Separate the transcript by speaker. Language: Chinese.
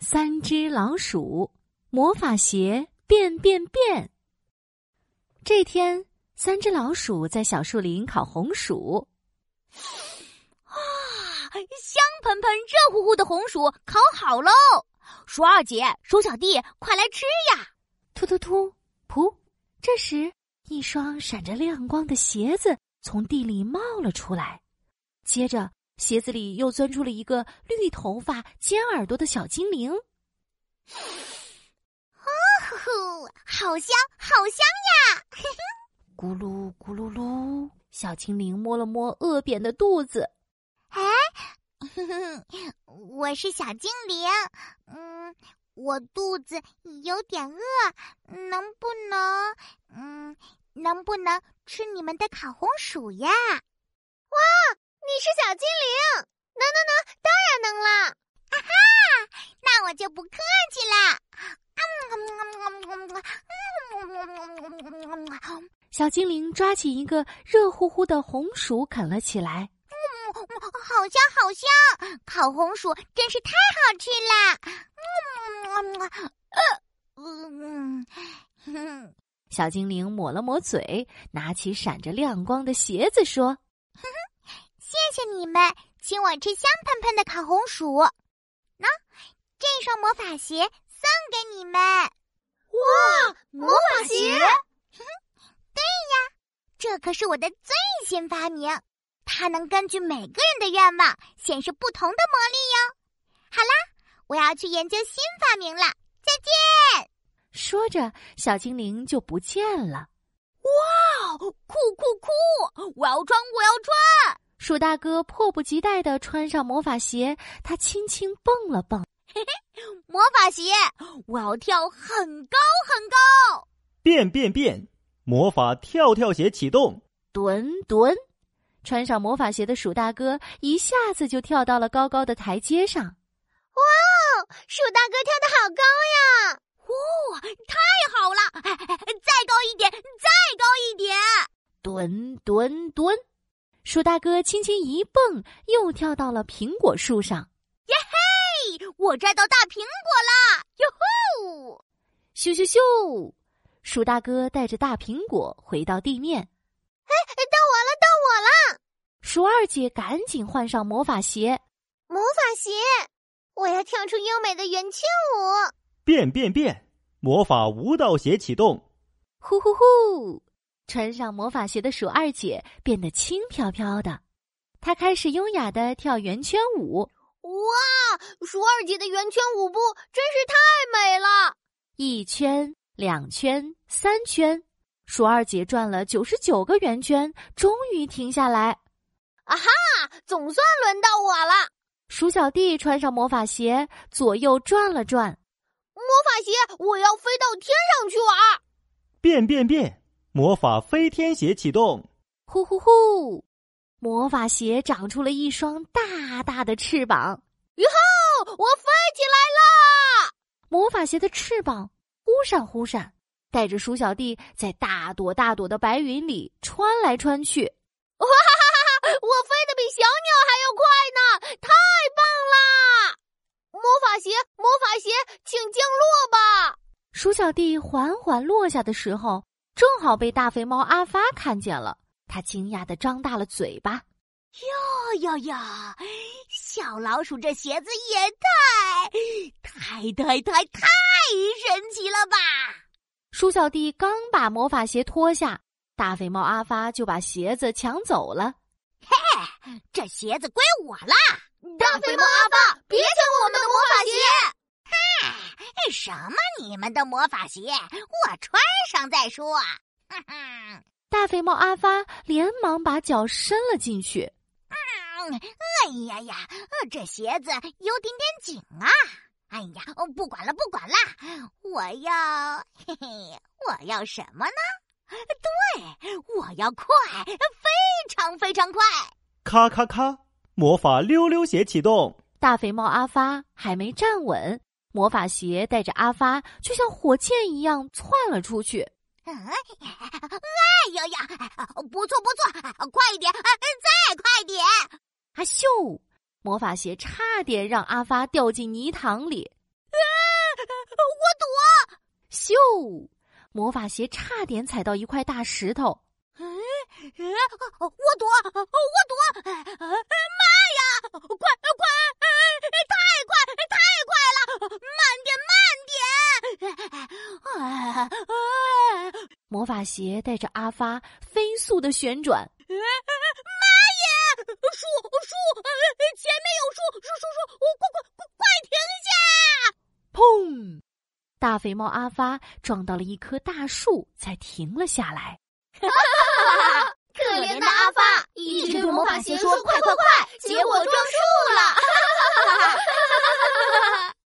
Speaker 1: 三只老鼠魔法鞋变变变。这天，三只老鼠在小树林烤红薯，
Speaker 2: 香喷喷、热乎乎的红薯烤好喽！鼠二姐、鼠小弟，快来吃呀！
Speaker 1: 突突突，噗！这时，一双闪着亮光的鞋子从地里冒了出来，接着鞋子里又钻出了一个绿头发、尖耳朵的小精灵。
Speaker 2: 呼呼，好香，好香呀！
Speaker 1: 咕噜咕噜噜，小精灵摸了摸饿扁的肚子，
Speaker 2: 我是小精灵，嗯，我肚子有点饿，能不能，嗯，能不能吃你们的烤红薯呀？哇，你是小精灵？能能能，当然能啦！啊哈，那我就不客气啦。
Speaker 1: 小精灵抓起一个热乎乎的红薯啃了起来。
Speaker 2: 好香好香，烤红薯真是太好吃啦！嗯嗯嗯，嗯，
Speaker 1: 小精灵抹了抹嘴，拿起闪着亮光的鞋子说
Speaker 2: 谢谢你们请我吃香喷喷的烤红薯。喏、这双魔法鞋送给你们。哇，
Speaker 3: 魔法鞋！
Speaker 2: 对呀，这可是我的最新发明，它能根据每个人的愿望显示不同的魔力哟。好啦，我要去研究新发明了，再见。：“
Speaker 1: 说着，小精灵就不见了。”
Speaker 2: 哦酷酷酷！我要穿，我要穿！
Speaker 1: 鼠大哥迫不及待地穿上魔法鞋，他轻轻蹦了蹦。
Speaker 2: 魔法鞋，我要跳很高很高！
Speaker 4: 变变变，魔法跳跳鞋启动。
Speaker 1: 蹲蹲，穿上魔法鞋的鼠大哥一下子就跳到了高高的台阶上。
Speaker 2: 鼠大哥跳的好高呀！哦，太好了！哎哎哎再高一点，再高一点！
Speaker 1: 蹲蹲蹲，鼠大哥轻轻一蹦，又跳到了苹果树上。
Speaker 2: 嘿，我摘到大苹果啦！哟吼！
Speaker 1: 咻咻咻！鼠大哥带着大苹果回到地面。
Speaker 2: 哎，到我了，到我了！
Speaker 1: 鼠二姐赶紧换上魔法鞋，
Speaker 2: 魔法鞋，我要跳出优美的圆圈舞！
Speaker 4: 变变变，魔法舞蹈鞋启动。
Speaker 1: 呼呼呼！穿上魔法鞋的鼠二姐变得轻飘飘的，她开始优雅的跳圆圈舞，
Speaker 2: 哇，鼠二姐的圆圈舞步真是太美了！啊
Speaker 1: 一圈、两圈、三圈，鼠二姐转了九十九个圆圈，终于停下来。
Speaker 2: 啊，总算轮到我了！
Speaker 1: 鼠小弟穿上魔法鞋，左右转了转，
Speaker 2: 魔法鞋，我要飞到天上去玩！
Speaker 4: 变变变，魔法飞天鞋启动。
Speaker 1: 呼呼呼！魔法鞋长出了一双大大的翅膀，
Speaker 2: 哦，我飞起来啦！
Speaker 1: 魔法鞋的翅膀忽闪忽闪，带着鼠小弟在大朵大朵的白云里穿来穿去。
Speaker 2: 我飞得比小鸟还要快呢，太棒啦！魔法鞋，魔法鞋，请降落吧！
Speaker 1: 鼠小弟缓缓落下的时候，正好被大肥猫阿发看见了，他惊讶的张大了嘴巴。
Speaker 2: 哦哟哟，小老鼠这鞋子也太太太太太神奇了吧！
Speaker 1: 鼠小弟刚把魔法鞋脱下，大肥猫阿发就把鞋子抢走了。
Speaker 2: 这鞋子归我啦！大肥猫阿爸，别抢我们的魔法鞋！嗨，哎什么你们的魔法鞋？我穿上再说。哼哼，
Speaker 1: 大肥猫阿发连忙把脚伸了进去，
Speaker 2: 哎呀呀，呃这鞋子有点点紧啊！哎呀，哦不管了，不管了，我要，嘿嘿，我要什么呢？对，我要快，非常非常快！
Speaker 4: 咔咔咔，魔法溜溜鞋启动。
Speaker 1: 大肥猫阿发还没站稳，魔法鞋带着阿发就像火箭一样窜了出去。
Speaker 2: 嗯，哎呦呀，不错不错，快一点，哎再快点！
Speaker 1: 啊咻！魔法鞋差点让阿发掉进泥塘里。
Speaker 2: 啊！
Speaker 1: 咻！魔法鞋差点踩到一块大石头。
Speaker 3: 呃我躲，我躲！呃妈呀，呃快快，呃太快，太快了！呃慢点，呃慢点！啊啊！
Speaker 1: 魔法鞋带着阿发飞速的旋转，
Speaker 3: 树树，呃前面有树树树树，我快快快快停下！
Speaker 1: 砰！大肥猫阿发撞到了一棵大树，才停了下来。
Speaker 2: 可怜的阿发一直对魔法鞋说快快快，结果撞树了。